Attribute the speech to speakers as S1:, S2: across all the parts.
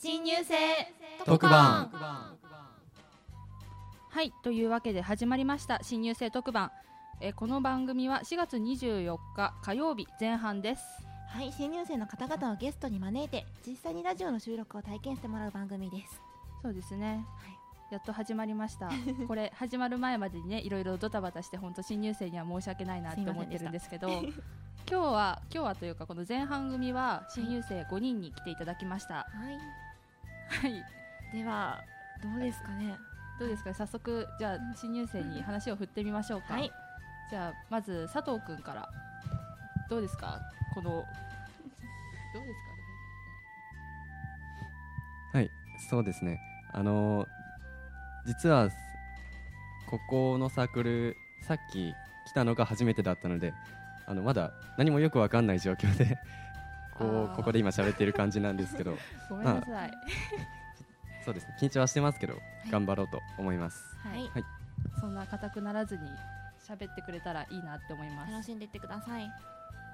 S1: 新入生
S2: 特番
S3: はいというわけで始まりました新入生特番えーこの番組は4月24日火曜日前半です
S1: はい新入生の方々をゲストに招いて実際にラジオの収録を体験してもらう番組です
S3: そうですね、やっと始まりました これ始まる前までにねいろいろドタバタして本当新入生には申し訳ないなって思ってるんですけど 今日は今日はというかこの前半組は新入生5人に来ていただきました
S1: はい
S3: はい
S1: ではどうですかね
S3: どうですか早速じゃあ新入生に話を振ってみましょうか、
S1: はい
S3: じゃあまず佐藤くんからどうですかこのどうですか
S2: はいそうですねあのー実はここのサークルさっき来たのが初めてだったのであのまだ何もよくわかんない状況でこ
S3: あー
S2: うここで今喋ってる感じなんですけど
S3: ごめんなさい。
S2: そうですね緊張はしてますけど頑張ろうと思います
S3: はい、
S2: はい
S3: そんな硬くならずに喋ってくれたらいいなって思いま
S1: 楽
S3: す。
S1: しんでいってください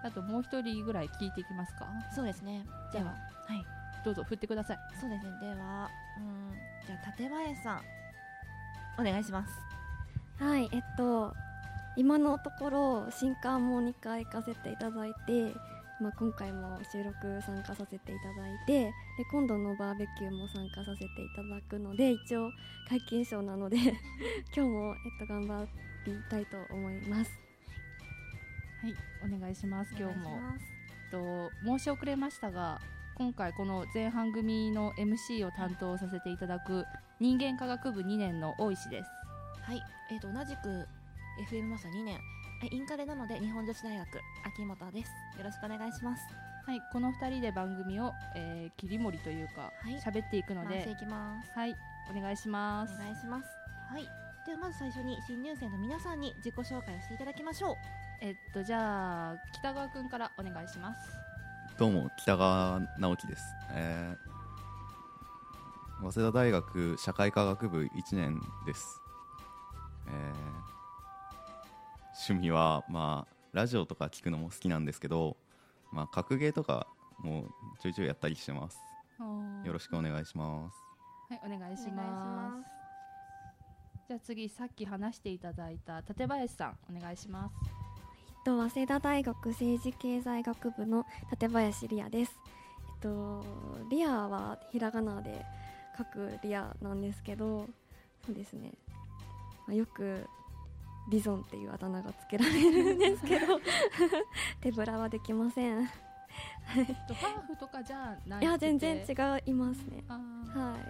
S3: あともう一人ぐらい聞いていきますか。
S1: そうですねでは
S3: では
S1: はい
S3: どうぞ振ってください。
S1: そうですねではうんじゃあ立林さんお願いします
S4: はい、えっと、今のところ新刊も2回行かせていただいて、まあ、今回も収録参加させていただいてで今度のバーベキューも参加させていただくので一応解禁賞なので 今日も、えっと、頑張りたいと思います。
S3: はい、お願いします。今日
S1: お
S3: も
S1: 願いし。ます
S3: えっと申し遅れましたが、今回この前半組の MC を担当させていただく人間科学部2年の大石です。
S1: はい、えー、と同じく FM マスター2年えインカレなので日本女子大学秋元ですよろしくお願いします
S3: はい、この2人で番組を、えー切り盛りというか
S1: はい
S3: 喋、っていくの
S1: 回して
S3: で
S1: い、きます
S3: はい、お願いしま
S1: お
S3: す。
S1: 願いしますはいではまず最初に新入生の皆さんに自己紹介をしていただきましょう
S3: えっとじゃあ北川くんからお願いします。
S5: どうも北川直樹です、えー早稲田大学社会科学部1年です、えー趣味はまあラジオとか聞くのも好きなんですけどまあ格ゲーとかもちょいちょいやったりしてますよろ
S3: し
S5: しくお願いします
S3: はいお願いし
S1: お願いし
S3: ま。
S1: ます
S3: じゃあ次さっき話していただいた立林さんお願いします。
S4: えっと早稲田大学政治経済学部の立林リアです。えっとリアはひらがなで書くリアなんですけど、そうですね。まあ、よくリゾンっていうあだ名がつけられるんですけど、手ぶらはできません。い
S3: とハーフとかじゃない。
S4: や全然違
S3: う。
S4: いますね。
S3: あー
S4: はい。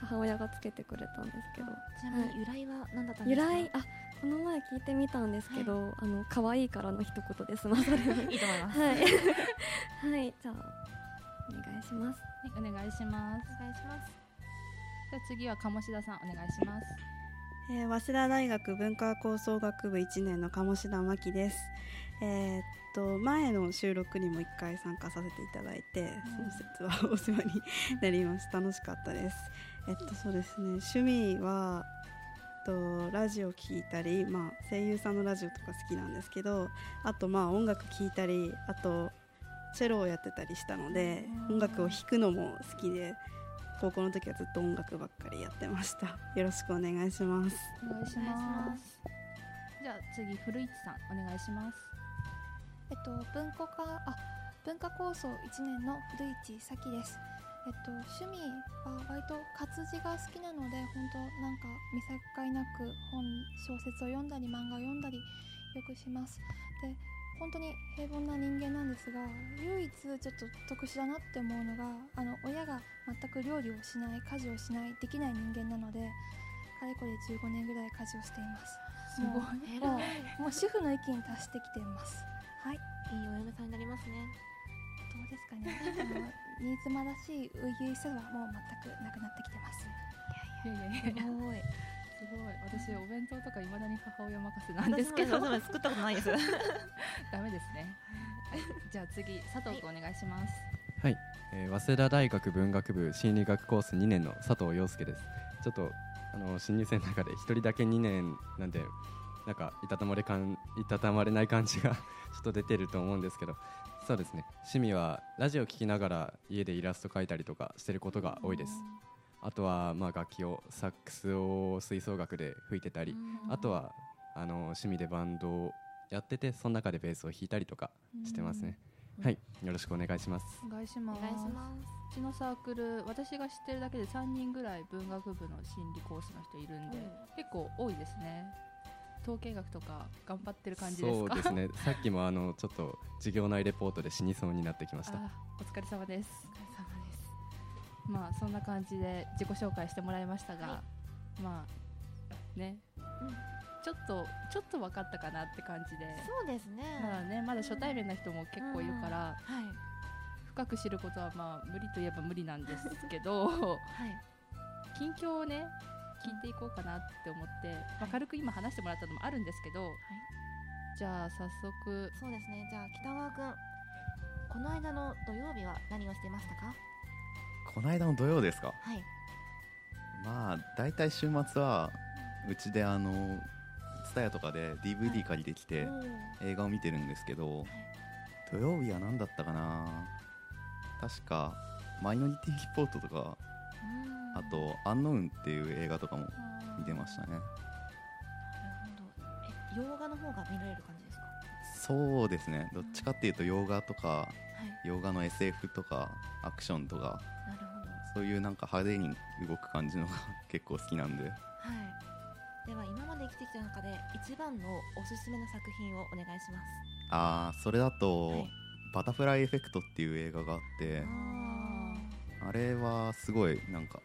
S4: 母親がつけてくれたんですけど、
S1: ちなみに由来は何だったんで
S4: 由
S1: すか、
S4: 来あこの前聞いてみたんですけど、あの可愛いからの一言ですまされ
S1: い
S4: る。
S1: いと思います、
S4: はい。はい、じゃあ、お願いします。
S3: はいお願いします。
S1: お願いします
S3: じゃあ次は鴨志田さんお願いします。
S6: えー早稲田大学文化構想学部1年の鴨志田真希です。えーっと前の収録にも1回参加させていただいて、その節はお世話になります。楽しかったです。えっとそうですね。趣味はえっとラジオ聞いたり、まあ声優さんのラジオとか好きなんですけど、あとまあ音楽聞いたり、あとチェロをやってたりしたので、音楽を弾くのも好きで。高校の時はずっと音楽ばっかりやってました。よろしくお願いします。
S3: お願いします。じゃあ次古市さんお願いします。
S7: えっと、文庫科あ文化構想1年の古市咲です、えっと、趣味は割と活字が好きなので本当なんか見境なく本小説を読んだり漫画を読んだりよくしますで本当に平凡な人間なんですが唯一ちょっと特殊だなって思うのがあの親が全く料理をしない家事をしないできない人間なのでかれこれ15年ぐらい家事をしています
S3: すごい
S1: え
S7: も
S1: ら
S7: う
S1: い
S7: もう主婦の域に達してきていますはい
S1: いいお嫁さんになりますね
S7: どうですかね。あの新妻らしい初々しさはもう全くなくなってきてま
S3: い
S7: す。
S3: やいやいや
S1: すごい
S3: すごい私お弁当とかいまだに母親任せなんですけど
S1: 私も私も作ったことないです
S3: ダメですね。はい、じゃあ次佐藤くんお願いします。
S2: えー早稲田大学文学部心理学コース2年の佐藤陽介ですちょっとあの新入生の中で1人だけ2年なんで なんかいたたまれかんいたたまれない感じがちょっと出てると思うんですけどそうですね趣味はラジオ聴きながら家でイラスト描いたりとかしてることが多いですあとはまあ楽器をサックスを吹奏楽で吹いてたりあとはあの趣味でバンドをやっててその中でベースを弾いたりとかしてますね
S1: うん
S2: はいよろしくお願いします
S3: お願いします
S1: お願いしま
S3: うちのサークル私が知ってるだけで3人ぐらい文学部の心理コースの人いるんで、結構多いですね統計学とか頑張ってる感じです
S2: そう
S3: か
S2: ですねさっきもあのちょっと授業内レポートで死にそうになってきました
S3: あお疲れ様です
S1: お疲れ様です
S3: まあそんな感じで自己紹介してもらいましたが、
S1: は
S3: まあね、
S1: ん
S3: ちょっとちょっと分かったかなって感じで
S1: そうですね
S3: まだねまだ初対面な人も結構いるから、
S1: はい
S3: 深く知ることはまあ無理といえば無理なんですけど
S1: はい
S3: 近況をね聞いていこうかなって思って、まあ、軽く今話してもらったのもあるんですけど、じゃあ早速
S1: そうですねじゃあ北川くんこの間の土曜日は何をしてましたか
S5: この間の土曜ですか
S1: はい
S5: まあ大体週末はうちであの TSUTAYA とかで DVD 借りてきて
S1: おー
S5: 映画を見てるんですけど土曜日は何だったかな確かマイノリティリポートとか
S1: うん
S5: あと「アンノウン」っていう映画とかも見てましたね
S1: なるほどえ洋画の方が見られる感じですか
S5: そうですねどっちかっていうと洋画とか
S1: はい
S5: 洋画の SF とかアクションとか
S1: なるほど
S5: そういうなんか派手に動く感じのが 結構好きなんで
S1: はいでは今まで生きてきた中で一番のおすすめの作品をお願いします
S5: ああそれだと、
S1: はい
S5: バタフライエフェクト」っていう映画があって
S1: あ
S5: あれはすごいなんか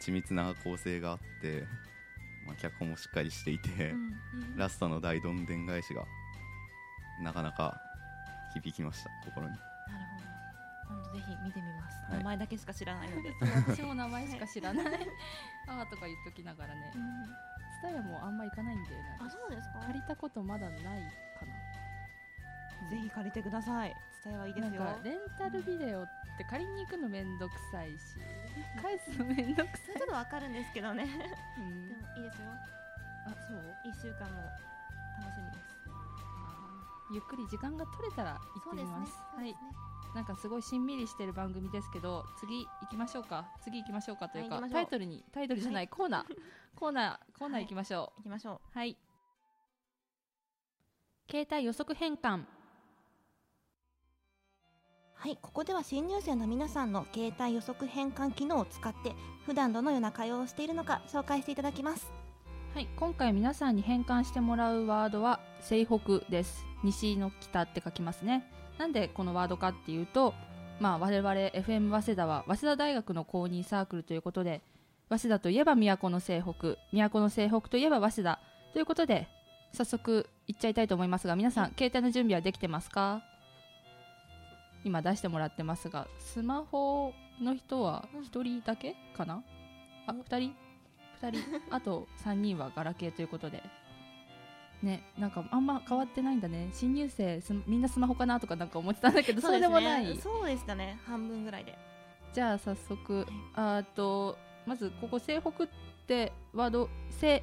S5: 緻密な構成があって、まあ、脚本もしっかりしていて、ラストの大どんでん返しがなかなか響きました心に
S1: なるほど今度ぜひ見てみます、
S5: はい
S1: 名前だけしか知らない ので
S3: 私も名前しか知らないあーとか言っときながらねスタヤもあんま行かないんだよね
S1: あそうですか
S3: 借りたことまだないかな
S1: ぜひ借りてください伝えはいいです
S3: なん
S1: よ
S3: かレンタルビデオって借りに行くのめんどくさいし返すのめんどくさ
S1: そ
S3: い
S1: れちょっとわかるん ですけど ね
S3: うん
S1: でもいいですよ
S3: あそう
S1: 一週間も楽しみです
S3: ゆっくり時間が取れたら行ってみます
S7: そう
S3: は
S7: で
S3: い
S7: すね
S3: なんかすごいしんみりしてる番組ですけど次行きましょうか次行きましょうかというか、
S1: はい行きましょう
S3: タイトルにタイトルじゃな
S1: は
S3: い、
S1: い
S3: コーナ ーコーナーコーナー行きましょ
S1: 行きましょう
S3: うはい、携帯予測変換
S1: はい、ここでは新入生の皆さんの携帯予測変換機能を使って普段どのような会話をしているのか紹介していただきます
S3: はい今回皆さんに変換してもらうワードは西北です西の北って書きますねなんでこのワードかっていうとまあ我々 FM 早稲田は早稲田大学の公認サークルということで早稲田といえば都の西北都の西北といえば早稲田ということで早速いっちゃいたいと思いますが皆さん携帯の準備はできてますか今出してもらってますがスマホの人は1人だけかな、あ2人2人 あと3人はガラケーということでねなんかあんま変わってないんだね新入生すみんなスマホかなとかなんか思ってたんだけどそうでもない
S1: そうでしたね半分ぐらいで
S3: じゃあ早速あーとまずここ西北ってワード西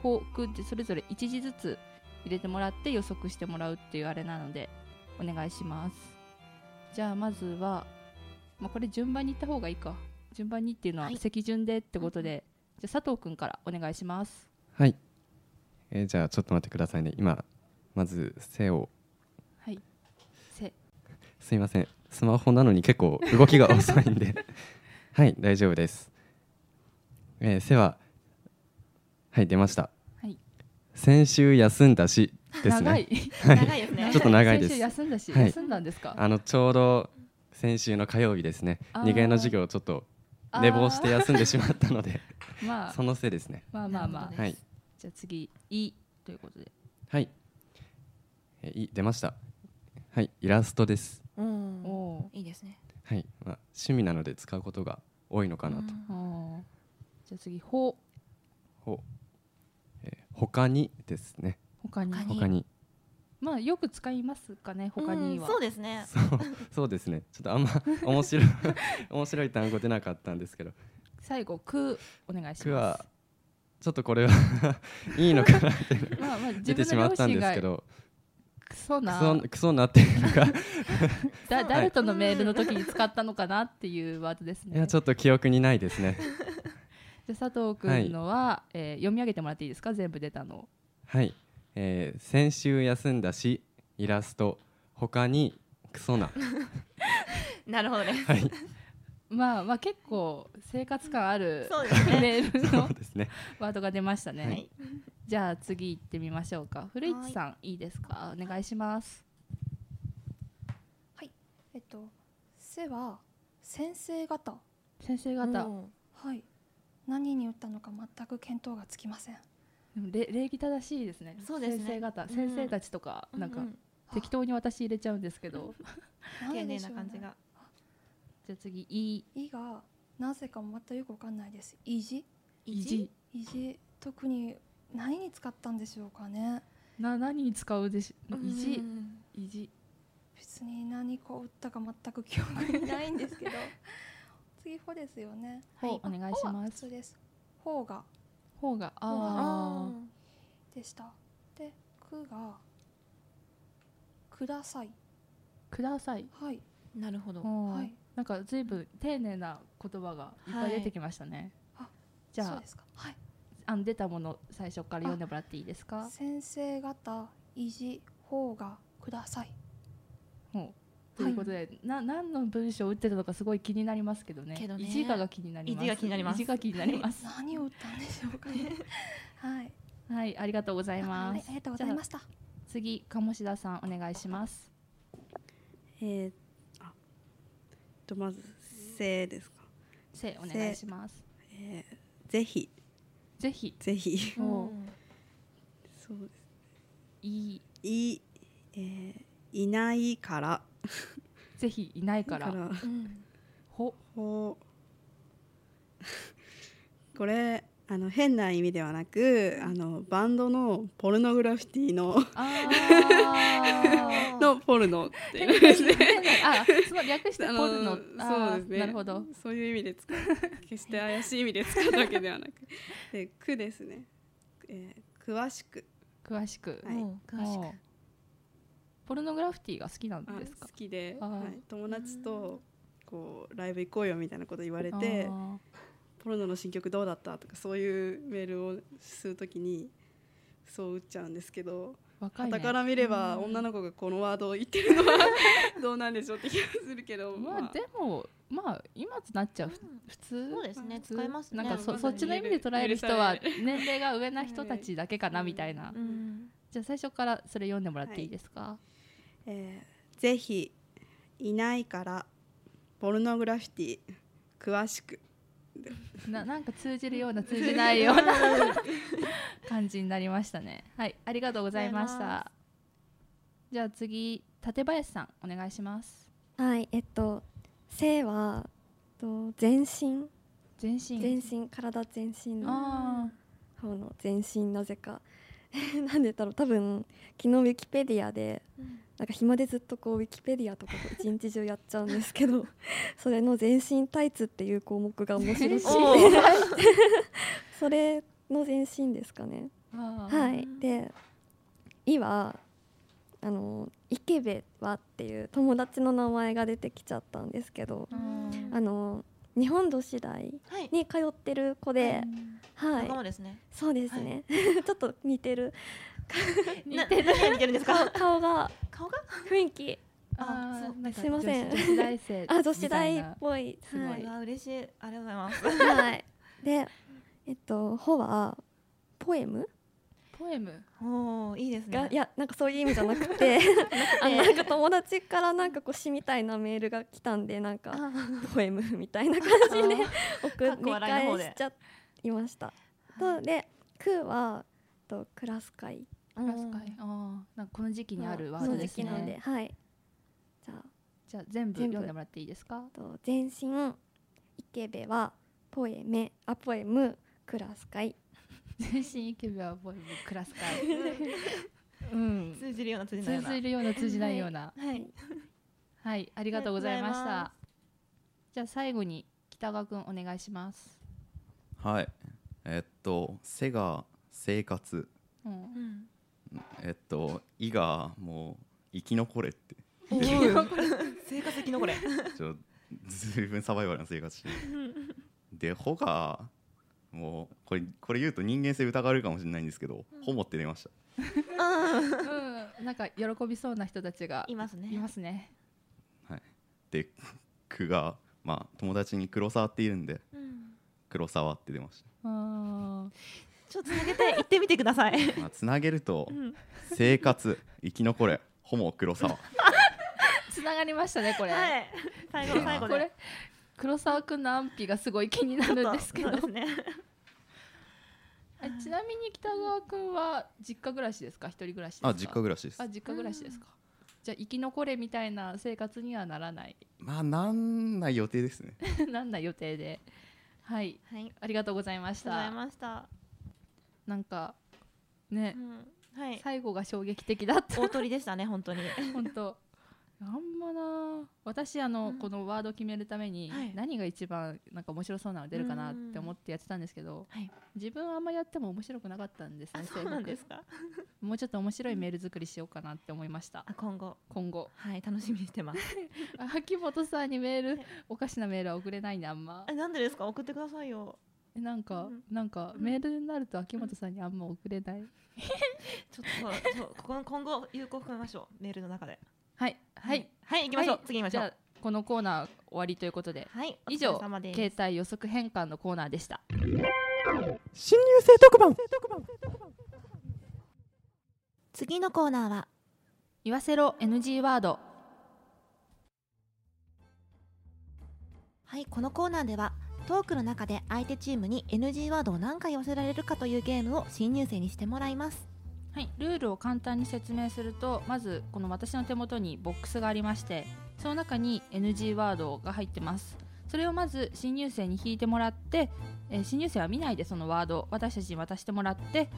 S3: 北ってそれぞれ1字ずつ入れてもらって予測してもらうっていうあれなのでお願いしますじゃあまずは、まあ、これ順番に行った方がいいか順番にっていうのは
S1: はい
S3: 席順でってことで、じゃあ佐藤君からお願いします
S2: はい、えーじゃあちょっと待ってくださいね今まず背を
S3: はいせ
S2: すいませんスマホなのに結構動きが遅いん ではい大丈夫です、えー、背ははい出ました、
S3: はい
S2: 先週休んだしです
S3: 長
S2: ね
S3: い
S1: 長いですね
S2: ちょっと長いです
S3: 先週休んだし、
S2: はい
S3: 休んだんですか
S2: あのちょうど先週の火曜日ですね
S3: あー
S2: 2限の授業をちょっと
S3: あー
S2: 寝坊して休んでしまったので
S3: まあ
S2: そのせいですね
S3: まあまあまあ、
S1: なるほどね
S2: はい
S3: じゃあ次「い」ということで
S2: はい、えーい出ましたはいイラストです
S1: うん
S3: おー
S1: いいですね
S2: はい、まあ、趣味なので使うことが多いのかなと、
S1: うん
S3: あーじゃあ次「ほ
S2: ほ、えー他にですね」
S3: 他に
S1: 他に
S2: 他に
S3: まあよく使いますかね他には、
S1: うんそうですね
S2: そうそうですねちょっとあん ま面白い面白い単語出なかったんですけど
S3: 最後「く」お願いし
S2: 句
S3: ます
S2: はちょっとこれは いいのかなって
S3: まあまあ
S2: 出て
S3: 自分
S2: し
S3: の
S2: まっ
S3: 両
S2: たん
S3: 親
S2: です
S3: が
S2: けど
S3: クソ
S2: ク
S3: な
S2: ソクソなってい うか
S3: だ誰とのメールの時に使ったのかなっていうワードです
S2: い
S3: ね
S2: やちょっと記憶にないですね
S3: じゃあ佐藤君のは、えー読み上げてもらっていいですか全部出たの
S2: はい、えー先週休んだしイラスト他にクソ な
S1: なるほどね。
S2: はい
S3: まあまあ結構生活感ある
S1: そうです ね
S3: メール
S2: そ
S3: の
S2: うですね
S3: ワードが出ましたね、
S1: はい
S3: じゃあ次行ってみましょうか古市さんいいですかお願いします
S7: えっと「せ」は先生方
S3: 先生方
S1: も
S7: はい何に打ったのか全く見当がつきません
S3: でもれ礼儀正しいですね
S1: そうですね
S3: 先生方、
S1: ん
S3: 先生たちとか
S1: う
S3: なんか
S1: う
S3: 適当に私入れちゃうんですけど
S1: 丁
S7: んで
S1: 寧
S7: しょ
S1: な
S7: う
S1: 感
S7: ね
S1: じが。
S3: じゃあ次いい
S7: 「い」がなぜか全くよくわかんないです「意地」
S1: 意
S3: 意地
S1: 地。
S7: 意地特に何に使ったんでしょうかね
S3: な何に使うでし意
S1: う
S3: 地
S1: ん
S3: 意地
S7: 別に何こう打ったか全く記憶にないんですけど次「ほ」ですよね
S3: ほうお願いしま
S7: 普
S3: す
S7: 通です「ほうが
S3: ほうが
S1: あ
S3: あー
S7: でしたで「く」が「ください
S3: ください」
S7: はい
S1: あ。なるほど。
S3: は
S7: はいい、
S3: なんか随分丁寧な言葉がいっぱい出てきましたね、
S7: はいあ
S3: じ
S7: そう
S3: ゃ
S7: ですかはい
S3: ああの出たもの最初から読んでもらっていいですか
S7: 先生方意地ほうがください
S3: ほうということで、な何の文章を打ってたのかすごい気になりますけどね
S1: けどね
S3: 意地がが気になります
S1: 意地が気になります
S3: 意地が気になります
S7: 何を打ったんでしょうかね はい
S3: はいありがとうございます、
S7: はいありがとうございま
S3: じゃ
S7: した
S3: あ次鴨志田さんお願いします
S6: えー、あえっとまず「せ」ですか、
S3: せお願いします
S6: えー、ぜひ
S3: ぜひ
S6: ぜひ
S3: ほう
S1: うん
S6: そうです
S3: いい
S6: い、えー、いないから
S3: ぜひいないから
S6: から
S1: うん
S3: ほ
S6: ほう これあの変な意味ではなくあのバンドのポルノグラフィティの
S3: あ
S1: あ
S3: ー
S1: ー
S6: のポルノっていう
S3: あその略してポルノ
S6: あ
S3: あー
S6: そうですね
S3: なるほど
S6: そういう意味で使う決して怪しい意味で使うわけではなく で「く」ですね、えー詳しく
S3: 詳しく、
S6: はい
S1: もう詳し
S3: もうポルノグラフィティが好きなん
S6: あ
S3: ですか
S6: 好きで、
S3: あー
S6: はい、友達とこうライブ行こうよみたいなこと言われ
S3: あ
S6: て
S3: ー
S6: 「ポルノの新曲どうだった?」とかそういうメールをするときにそう打っちゃうんですけど
S3: 若
S6: 傍
S3: いね
S6: から見れば女の子がこのワードを言ってるのは どうなんでしょうって気がするけど、
S3: まあでもまあ今となっちゃうふ
S1: く。
S3: 普通
S1: そうですね。
S3: 普通
S1: 使いますね。
S3: なんかそ
S6: まだ
S3: そっちの意味で捉える人は
S6: 許
S3: 年齢が上な人たちだけかな
S6: うん
S3: みたいな、
S1: うん。
S3: じゃあ最初からそれ読んでもらっていいですか、
S6: えーぜひいないからポルノグラフィティ詳しく
S3: ななんか通じるような通じないような感じになりましたねはいありがとうございま
S1: あ
S3: し
S1: りがとうござい
S3: たじゃあ次館林さんお願いします
S4: はいえっと「せ」はえっと全身
S3: 全身
S4: 全身体全身の
S3: あ
S4: 方の全身なぜか なんでだろう多分昨日ウィキペディアでなんか暇でずっとこうウィキペディアとかこう一日中やっちゃうんですけど それの全身タイツっていう項目が面白く
S1: お
S4: て それの全身ですかね
S3: ーあ ー
S4: はいで「い」はあの「池部は」っていう友達の名前が出てきちゃったんですけど
S3: あー
S4: あの日本女子大
S1: はい。
S4: に通ってる子で、はい、
S1: 仲間ですね。
S4: そうですね、 ちょっと似てる
S1: 似てる。似てるんですか。
S4: 顔が
S1: 顔が。
S4: 雰囲気
S1: あそう
S3: なんか
S4: すいません
S3: 女子女子大生
S4: あ女子大
S3: み
S4: った
S3: いな
S4: ぽい
S3: すごい
S4: はい
S1: あ嬉しい。ありがとうございます。
S4: はい、で、えっと、ほはポエム
S3: ポエム
S1: おおいいです
S4: が、
S1: ね。
S4: いや、なんかそういう意味じゃなくて。 あの、なんか友達から、なんかこう詩みたいなメールが来たんで、なん
S1: あ
S4: か。
S1: ー
S4: ポエムみたいな感じで、
S1: かっこ
S4: 送り
S1: 笑いの方
S4: 返
S1: で
S4: しちゃいました。と、で、くは、えっと、クラス会。
S1: う
S3: ク
S1: ん
S3: ラス会あーなんかこの時期にあるワー
S4: そ
S3: ド
S4: の
S3: で
S4: 時
S3: す
S4: 期なので、
S3: ね
S4: はい。じゃあ、
S3: じゃあ全部
S4: 全部
S3: 読んでもらっていいで すか
S4: えっと、全身。池部は、ポエメ、あ、ポエム、クラス会。
S3: 全身イケベはポエムクラス会う
S1: うん
S3: ん
S1: 通じるような通じないよ
S3: 通
S1: うな。
S3: じるような通じないような
S1: はい。
S3: はいありがとうございま
S1: あり
S3: し
S1: がとうございま
S3: たじゃあ最後に北川くんお願いします
S5: はいえっと「せ」が生活
S3: うん
S1: うん。
S5: えっと「い」がもう「生き残れ」って
S1: おー 生活生き残れ。
S5: ちょずいぶんサバイバルな生活してるで「ほ」がもうこれこれ言うと人間性疑われるかもしれないんですけど「ホモ」って出ました
S3: うん、なんか喜びそうな人たちが
S1: いますね。
S3: いますね。
S5: で「く」がまあ友達に「黒沢」っているんで
S1: うん
S5: 「黒沢」って出まし
S3: うん
S1: ちょっと繋げて行ってみてください。
S5: た、まあ、つなげると
S1: うん
S5: 「生活」「生き残れ」「ホモ」「黒沢」
S3: つながりましたねこれ。
S1: はい。最後の最後
S3: こ
S1: で。
S3: れ黒沢くんの安否がすごい気にな
S1: ちょっ
S3: るん
S1: と
S3: ですけど
S1: そう。ですね。
S3: えちなみに北川くんは実家暮らしですか一人暮らしですか。
S5: あ実家暮らしです
S3: あ実家暮らしですか。じゃあ生き残れみたいな生活にはならない
S5: まあなんない予定ですね
S3: なんな予定で。はい
S1: はい。あり
S3: ありがとうございまし
S1: がとうござい
S3: た。
S1: ました。
S3: なんかね
S1: う、んはい。
S3: 最後が衝撃的だった。
S1: 大鳥でしたね本当に。
S3: 本当あんまな私あの、
S1: うん
S3: このワード決めるために
S1: はい
S3: 何が一番なんか面白そうなの出るかなって思ってやってたんですけど、
S1: はい
S3: 自分はあんまやっても面白くなかったんです ね
S1: あそうなんです
S3: 性
S1: か。
S3: 格もうちょっと面白いメール作りしようかなって思いました
S1: あ今後
S3: 今後
S1: はい楽しみにしてます。
S3: あ秋元さんにメール
S1: はい
S3: おかしなメールは送れないんであんま
S1: えなんでですか送ってくださいよ。
S3: えなんか、
S1: うん
S3: なんか
S1: うん
S3: メールになると秋元さんにあんま送れない、
S1: ちょっと そうここの今後有効含めましょうメールの中で。
S3: はいはい
S1: はい行きましょう
S3: はい
S1: 次行きまし
S3: じ
S1: ょう。
S3: ゃあこのコーナー終わりということで
S1: はい
S3: 以
S1: お
S3: 上
S1: 疲れ様です
S3: 携帯予測変換のコーナーでした
S8: 新入生特番
S1: 次のコーナーは
S3: 言わせろ NG ワード
S1: はい、このコーナーではトークの中で相手チームに NG ワードを何回寄せられるかというゲームを新入生にしてもらいます。
S3: はい、ルールを簡単に説明するとまずこの私の手元にボックスがありましてその中に NG ワードが入ってますそれをまず新入生に引いてもらって、えー新入生は見ないでそのワード私たちに渡してもらって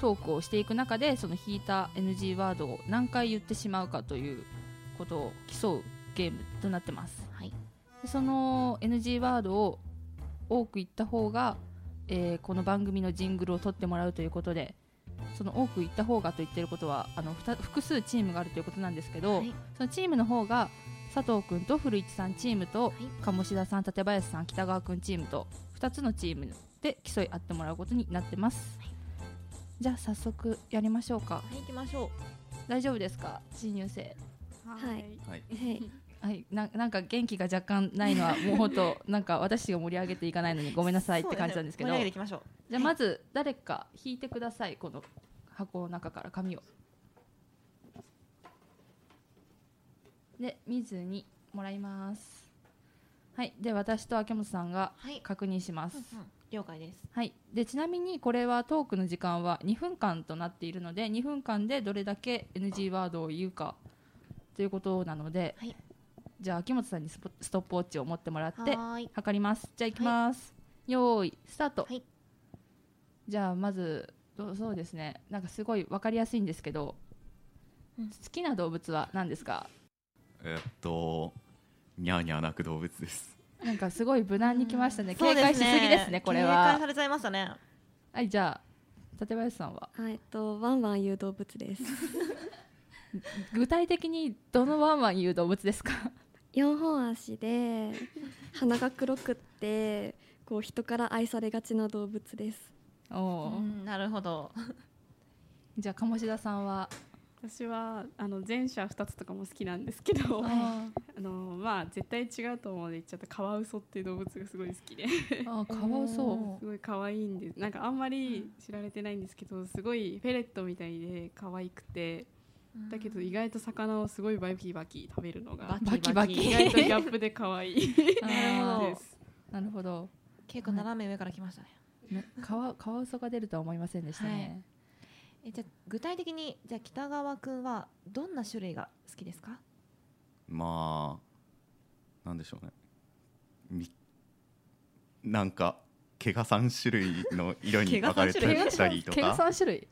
S3: トークをしていく中でその引いた NG ワードを何回言ってしまうかということを競うゲームとなってます
S1: はい、
S3: でその NG ワードを多く言った方が、えーこの番組のジングルを取ってもらうということでその多く言った方がと言ってることはあのふた複数チームがあるということなんですけど、
S1: はい
S3: そのチームの方が佐藤君と古市さんチームと、
S1: い
S3: 鴨志田さん館林さん北川君チームと2つのチームで競い合ってもらうことになってます、
S1: は
S3: じゃあ早速やりましょうか
S1: はい、行きましょ
S3: 大丈夫ですか新入生
S4: はい
S5: はい
S4: はい
S3: はい、ななんか元気が若干ないのはもうほんとなんか私が盛り上げていかないのにご
S1: う。
S3: めんなさいって感じなんですけど
S1: そうね盛り上げていきましょう。
S3: じゃあまず誰か引いてくださいこの箱の中から紙をで見ずにもらいますはいで私と秋元さんが
S1: はい、
S3: 確認します、
S1: うんうん了解です。
S3: はい、でちなみにこれはトークの時間は2分間となっているので2分間でどれだけ NG ワードを言うかということなので、
S1: はい
S3: じゃあ秋元さんにスポストップウォッチを持ってもらって
S1: はーい、
S3: 測りますじゃあ行きます、よーいスタート、
S1: はい
S3: じゃあまずどうそうですねなんかすごい分かりやすいんですけど、
S1: うん
S3: 好きな動物は何ですか
S5: えっとニャーニャー鳴く動物です
S3: なんかすごい無難に来ましたね、
S1: そう
S3: 警戒しすぎですねこれは
S1: 警戒されちゃいましたね。
S3: はいじゃあ立林さんは
S4: あえっとワンワン言う動物です
S3: 具体的にどのワンワン言う動物ですか
S4: 四本足で鼻が黒くってこう人から愛されがちな動物です
S3: お
S1: う
S3: お、
S1: ん、なるほど。
S3: じゃあ鴨志田さんは
S9: 私はあの前者2つとかも好きなんですけどあ
S3: あ
S9: の、まあ、絶対違うと思うので言っちゃったカワウソっていう動物がすごい好きです
S3: ーあーカワウソ
S9: ごい可愛いんでなんかあんまり知られてないんですけどすごいフェレットみたいで可愛くてだけど意外と魚をすごいバキバキ食べるの が
S3: バキバキ
S9: 意外とギャップで可愛い
S3: あ
S1: なる
S3: ー
S1: ほ
S9: で
S1: ど
S9: す。
S3: なるほど、
S1: 結構斜め上から来ましたね。
S3: ね、カワカワウソが出るとは思いませんでしたね、
S1: え、じゃあ具体的にじゃあ北川くんはどんな種類が好きですか？
S5: まあなんでしょうねみなんか毛が3種類の色に
S1: 毛が
S5: 分かれ
S1: 三種類
S5: てたりと
S3: 毛が
S5: か
S3: 三種類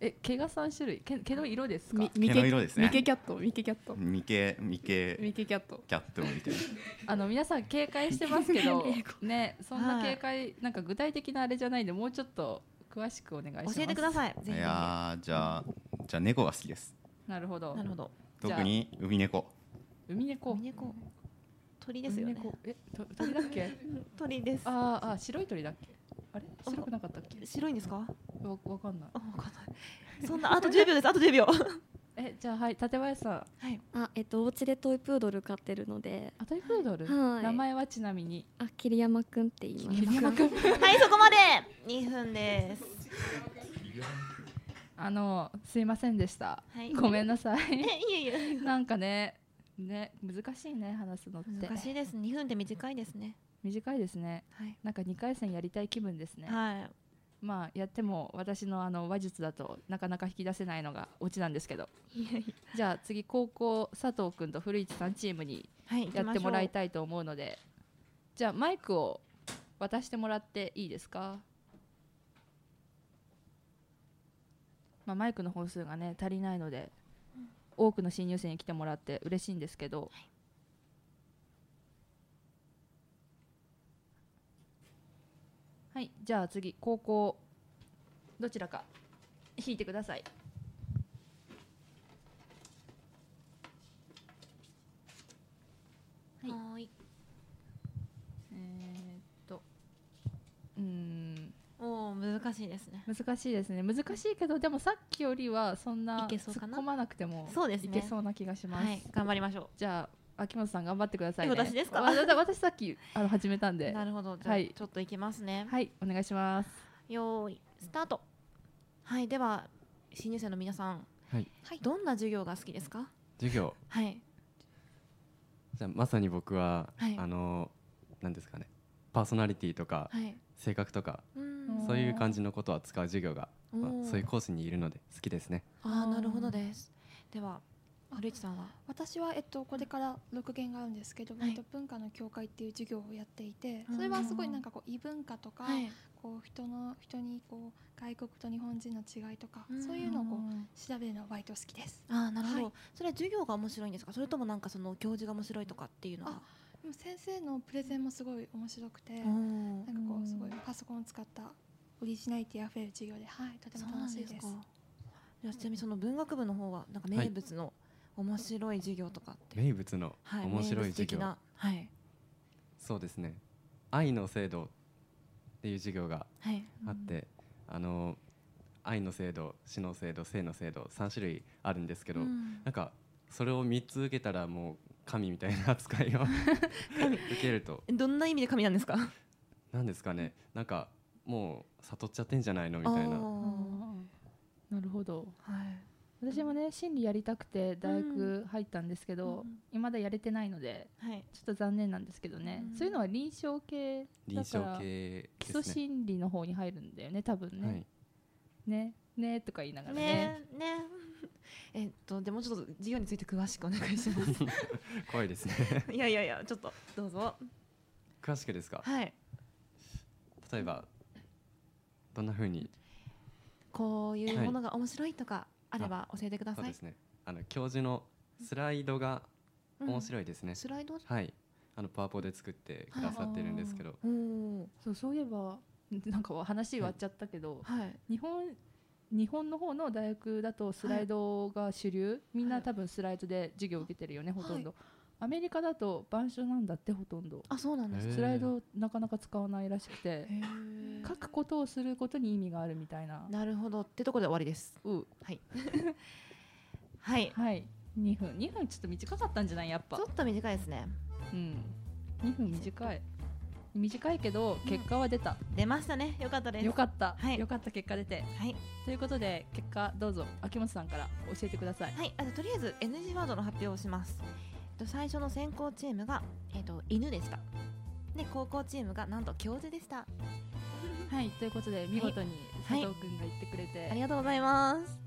S3: え毛が三種類毛毛の色ですか
S9: み
S5: 毛の色ですね
S9: ミケキャットミケキャット
S5: ミケミケ
S9: ミケキャット
S5: キャットみたいな
S3: あの皆さん警戒してます けどねそんな警戒、なんか具体的なあれじゃないんでもうちょっと詳しくお願いします
S1: 教えてください。ぜひ
S5: いやーじゃあじゃあ猫が好きです
S3: なるほど
S1: なるほど
S3: じゃあ
S5: 特に海猫
S3: 海猫
S1: 海猫鳥ですよね
S3: 海猫えと鳥だっけ
S1: 鳥です
S3: あーあー白い鳥だっけあれ白くなかったっけ
S1: 白いんですか
S3: わわかんない
S1: あ分かんないそんなあと10秒ですあと10秒
S3: えじゃあはい立林さん
S4: あえっとお家でトイプードル飼ってるので
S3: あトイプードル、
S4: はい
S3: 名前はちなみに
S4: あ桐山くんって言います桐山ん
S1: はいそこまで2分です
S3: あのすいませんでした
S1: はい
S3: ごめんなさ
S1: え
S3: い
S1: いえいえ
S3: なんかねね難しいね話すのって
S1: 難しいです2分って短いですね
S3: 短いですね
S1: はい
S3: なんか2回戦やりたい気分ですね
S1: はい
S3: まあやっても私のあの話術だとなかなか引き出せないのがオチなんですけどじゃあ次高校佐藤君と古市さんチームに
S1: はい
S3: やってもらい
S1: い
S3: たいと思うのでじゃあマイクを渡してもらっていいですか、まあ、マイクの本数がね足りないので多くの新入生に来てもらって嬉しいんですけど、はい、じゃあ次高校どちらか引いてください
S1: はーい
S3: えーっとうーん
S1: おー難しいですね
S3: 難しいですね難しいけどでもさっきよりはそんない
S1: けそう
S3: 突
S1: か
S3: っ
S1: な
S3: 込まなくても
S1: そうです
S3: い
S1: ね
S3: けそうな気がします、
S1: はい頑張りましょ
S3: じゃあ秋元さん頑張ってくださいね
S1: え私ですか
S3: わわ私さっきあの始めたん
S1: う
S3: で
S1: なるほどじゃあ
S3: はい
S1: ちょっといきますね
S3: はいお願いします
S1: よーいスタートはいでは新入生の皆さん
S2: はい
S1: どんな授業が好きですか
S2: 授業
S1: はい
S2: じゃあまさに僕は、
S1: はい
S2: あの何ですかねパーソナリティとか
S1: はい
S2: 性格とか
S1: うー
S3: おー
S1: ん
S2: そういう感じのことを扱う授業が、まあ
S1: おー
S2: そういうコースにいるので好きですね
S1: ああなるほどですでは古市さんは
S7: 私は、えっと、これから6限があるんですけど、
S1: はい
S7: えっと、文化の教会っていう授業をやっていて
S1: うん
S7: それはすごいなんかこう異文化とか、こう人の人にこう外国と日本人の違いとか、
S1: うん
S7: そういうのをこう調べるのは割と好きです
S1: ああなるほど、
S7: はい
S1: それは授業が面白いんですかそれともなんかその教授が面白いとかっていうのが
S7: あでも先生のプレゼンもすごい面白くて、
S1: おー
S7: なんかこ
S3: うん
S7: うすごいパソコンを使ったオリジナリティあふれる授業で、はい、とて
S1: そう
S7: も
S1: な
S7: 楽
S1: ん
S7: し
S1: で
S7: いですす。
S1: かいやちなみにその文学部の方はなんか名物の面白い授業とかって、
S2: 名物の
S1: はい
S2: 面白い
S1: 名物
S2: 授
S1: 的
S2: 業、
S1: なはい
S2: そうですね愛の制度っていう授業が
S1: はい
S2: あって、あの愛の制度死の制度性の制度3種類あるんですけど、
S1: うん
S2: なんかそれを3つ受けたらもう神みたいな扱いを受けると
S1: えどんな意味で神なんですか
S2: 何ですかねなんかもう悟っちゃってんじゃないのみたい
S1: あ
S2: な
S1: ー
S3: なるほど
S1: はい
S3: 私もね心理やりたくて大学入ったんですけど、
S1: うん
S3: 未だやれてないので
S1: はい
S3: ちょっと残念なんですけどね、
S1: うん
S3: そういうのは臨床系
S2: 臨
S3: だか
S2: 床
S3: ら
S2: 系
S3: 基
S2: で
S3: 礎
S2: すね。
S3: 心理の方に入るんだよね多分ね、
S2: はい、
S3: ねねとか言いながらね
S1: ねえね ええっとでもうちょっと授業について詳しくお願いし ます
S2: 怖いで すね
S1: いやいやいやちょっとどうぞ
S2: 詳しくですか
S1: はい
S2: 例えばどんな風に
S1: こういうものが面白いとかあれば教えてくだ
S2: そう
S1: さい
S2: ですねあの教授のスライドが面
S1: い、
S2: 白いです
S1: う
S2: ね
S1: ん、スライド
S2: はいあのパワポで作ってくださってるんですけど
S1: おー
S3: そうそういえばなんか話割っちゃったけど、
S1: はい
S3: 日本日本の方の大学だとスライドが主流、みんな多分スライドで授業を受けてるよね、ほとんど、アメリカだと板書なんだってほとんど
S1: あそうなんです
S2: へー
S3: スライドなかなか使わないらしくて
S1: へ
S3: 書くことをすることに意味があるみたいな
S1: なるほどってところで終わりです
S3: う
S1: はいはい
S3: はい2分2分ちょっと短かったんじゃないやっ
S1: ち
S3: ぱ
S1: ょっと短いですね
S3: うん2分短い短いけど結果は出た、
S1: 出ましたねよかったです
S3: よかった、
S1: はい
S3: よかった結果出て
S1: はい、
S3: ということで結果どうぞ秋元さんから教えてください
S1: はい、あととりあえず NG ワードの発表をします、えっと、最初の先行チームが、えっと、犬でしたで高校チームがなんと教授でした
S3: はい、ということで見事に
S1: はい
S3: 佐藤君が言ってくれて、
S1: あ
S3: はい
S1: りがとうございます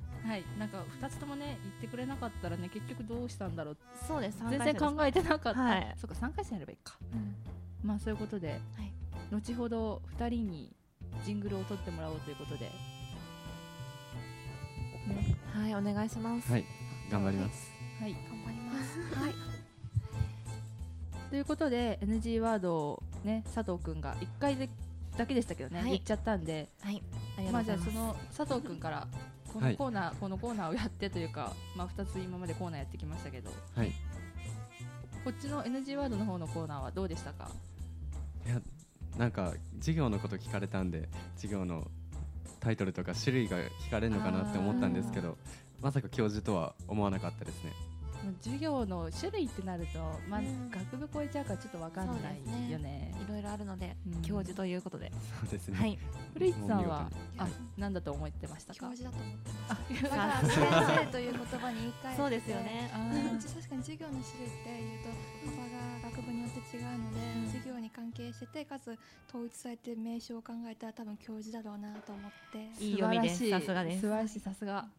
S3: なんか2つともね言ってくれなかったらね結局どうしたんだろうって
S1: そうです
S3: 全然考
S1: え、
S3: えてなかった、
S1: はい
S3: そうか3回戦やればいいか
S1: うん
S3: まあそういうことで、
S1: い
S3: 後ほど2人にジングルを取ってもらおうということで、ね、
S1: はいお願いします、
S2: はい頑張ります
S3: はい
S7: 頑張ります。
S3: ということで NG ワードをね佐藤君が1回でだけでしたけどね、
S1: はい
S3: 言っちゃったんで
S1: はい、あり
S3: ま
S1: が
S3: あじ
S1: と
S3: ゃ
S1: う
S3: あ
S1: ござ
S3: そ
S1: います、
S3: の佐藤君からこのコーナー、このコーナーをやってというか、 まあ、2つ今までコーナーやってきましたけど
S2: はい
S3: こっちの NG ワードの方のコーナーはどうでしたか
S2: いやなんか授業のこと聞かれたんで授業のタイトルとか種類が聞かれるのかなって思ったんですけどまさか教授とは思わなかったですね
S3: もう授業の種類ってなると、まあ
S1: うん
S3: 学部超えちゃうからちょっと分かんない
S1: そうですね
S3: よね。
S1: いろいろあるので、
S3: うん
S1: 教授ということで。
S2: そうですね、
S1: はい。
S3: 古市さんは
S2: もう見
S3: あ何だと思ってました
S7: 教
S3: か
S7: 授だと思ってま
S3: あ
S7: すだ から先生という言葉に言い換えて
S1: そうですよね。
S7: うん 確かに授業の種類っていうと幅が学部によって違うので、
S1: うん
S7: 授業に関係しててかつ統一されて名称を考えたら多分教授だろうなと思って
S1: いい読みで
S3: 素
S1: す。
S3: 晴ら
S1: さ
S3: しい
S1: すがです。
S3: 素
S1: は
S3: 晴らしいさすが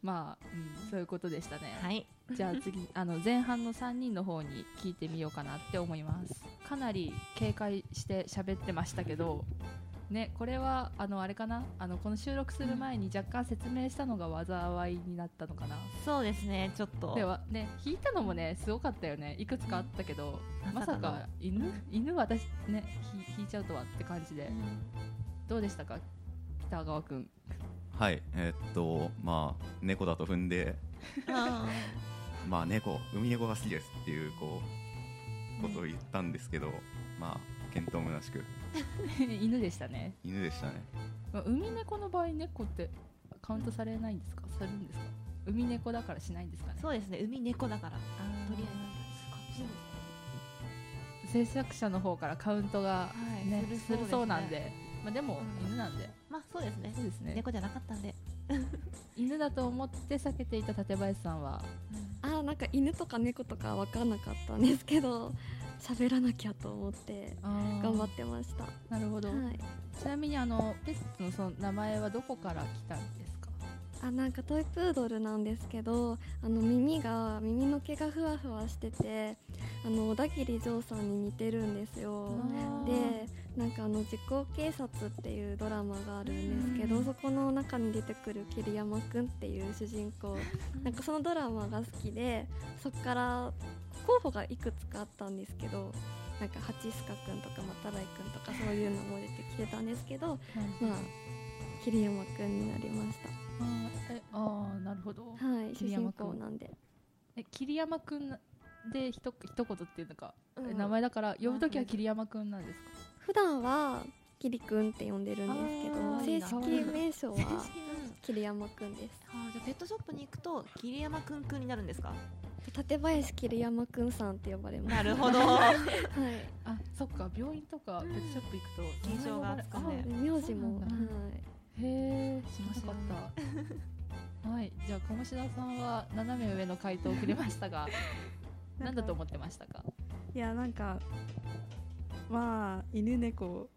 S3: まあ、うん、そういうことでしたね、
S1: い。
S3: じゃあ次あの前半の3人の方に聞いてみようかなって思いますかなり警戒して喋ってましたけどねこれはあのあれかなあのこの収録する前に若干説明したのが災いになったのかな、
S1: そうですね。ちょっと。
S3: ではね引いたのもねすごかったよねいくつかあったけど、
S1: うん
S3: まさ
S1: まさか
S3: か犬犬は私ねひ引いちゃうとはって感じで、
S1: うん
S3: どうでしたか北川 くん
S5: はいえーっとまあ猫だと踏んで
S1: あ
S5: まあ猫海猫が好きですっていうこうことを言ったんですけど、まあ見当むなしく
S3: 犬でしたね、
S5: 犬でしたね
S3: まあ、海猫の場合猫ってカウントされないんですかされるんですか海猫だからしないんですかね
S1: ーそうですね。海猫だから。と
S3: と
S1: り
S3: り
S1: あえず。
S3: あえず制作者の方からカウントが、
S1: はい
S3: ね
S1: する
S3: す
S1: そうですね
S3: るそうなんで、まあ、でも
S1: うん
S3: 犬なんで、
S1: まあそうですね
S3: そ。うですね
S1: 猫じゃなかったんで。
S3: 犬だと思って避けていた館林さんは
S4: あーなんか犬とか猫とか分かんなかったんですけど喋らなきゃと思って頑
S3: 頑
S4: 張ってました、は
S3: なるほど、
S4: い、
S3: ちなみにあのペットのその名前はどこから来たんですか。
S4: あなんかトイプードルなんですけどあの耳が耳の毛がふわふわしててあの小田切丈さんに似てるんですよでなんかあの「時効警察」っていうドラマがあるんですけ
S3: う
S4: ど
S3: ん
S4: そこの中に出てくる桐山くんっていう主人 公なんかそのドラマが好きでそこから候補がいくつかあったんですけどなんか蜂須賀くんとか又来くんとかそういうのも出てきてたんですけどまあ桐山くんになりました
S3: あーえあーなるほど。
S4: はい、主
S3: 桐
S4: 人
S3: 山くん
S4: 公なんで。
S3: え桐山くんで一一言っていうのか、え名前だから呼ぶときは桐山くんなんですか。
S4: 普段はキリくんって呼んでるん
S3: あーいい
S4: で
S3: な
S4: すけど、正式名称 は
S1: うん
S4: 桐山くんです。
S1: あーじゃあペットショップに行くと桐山くんくんになるんですか。
S4: 館林桐山くんさんって呼ばれま す。
S1: なるほど。
S4: はい。
S3: あそっか病院とかペットショップ行くと
S1: 現象がつく
S3: あ
S1: ね
S4: で名字
S3: そ
S4: も
S3: うな
S4: は
S3: んだ
S4: い。
S3: へえ知らなかった。はいじゃあ鴨志田さんは斜め上の回答をくれましたが 何だと思ってましたか。
S6: いやなんかまあ犬猫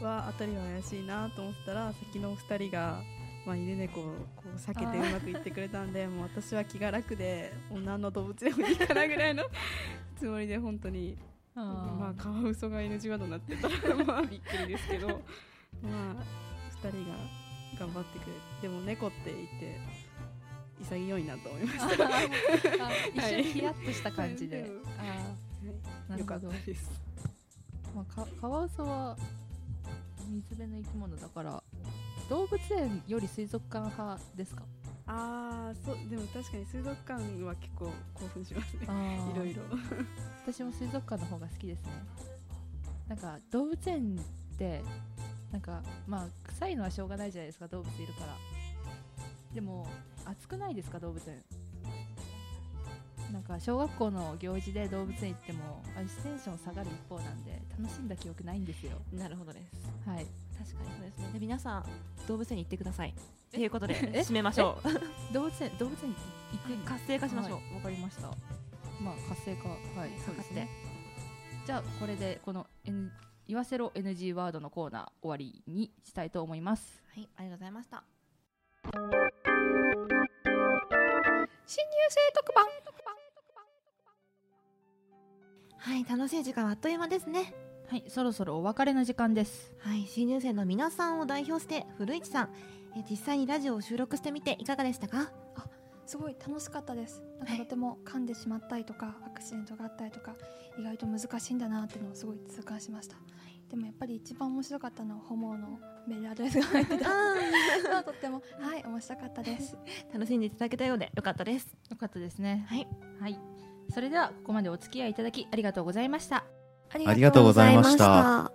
S6: はあたりは怪しいなと思ってたら先のお二人が、まあ、犬猫をこう避けて
S3: あー
S6: うまくいってくれた んでもう私は気が楽でもう何の動物でもいいかなぐらいのつもりで本当にま
S3: あ
S6: あカワウソが NG ワードになってたらまあ びっくりですけどまあ二人が頑張ってくれてでも猫って言って潔いなと思いました。
S3: ー あ一
S6: はい
S3: 瞬ヒヤッとした感じで。あーなるほ
S6: よかった
S3: ど。
S6: です。
S3: まあ、かカワウソは水辺の生き物だから動物園より水族館派ですか
S6: ああそうでも確かに水族館は結構興奮しますねいろいろ
S3: 私も水族館の方が好きですねなんか動物園ってなんかまあ臭いのはしょうがないじゃないですか動物いるからでも暑くないですか動物園なんか小学校の行事で動物園行っても私テンション下がる一方なんで楽しんだ記憶ないんですよ
S1: なるほどです。
S3: はい
S1: 確かにそうですね。で皆さん動物園に行ってください。ということで締めましょう。
S3: 動物園動物園に行っ て
S1: 活性化しましょう
S3: はいわ、かりましたまあ活性化はいそうですねじゃあこれでこの、N、言わせろ NG ワードのコーナー終わりにしたいと思います
S1: はい、ありがとうございました。
S7: 新入生特番
S1: はい、楽しい時間はあっという間ですね。
S3: はいそろそろお別れの時間です
S1: はい、新入生の皆さんを代表して古市さん、え実際にラジオを収録してみていかがでしたか？
S7: すごい楽しかったですなんか
S1: はい
S7: とても噛んでしまったりとかアクシデントがあったりとか意外と難しいんだなっていうのをすごい痛感しました、でもやっぱり一番面白かったのはホモのメールアドレスが入ってた とってもはい面白かったです
S1: 楽しんでいただけたようでよかったです
S3: よかったですね
S1: はい、
S3: はい、それではここまでお付き合いいただきありがとうございました
S5: ありがとうございました。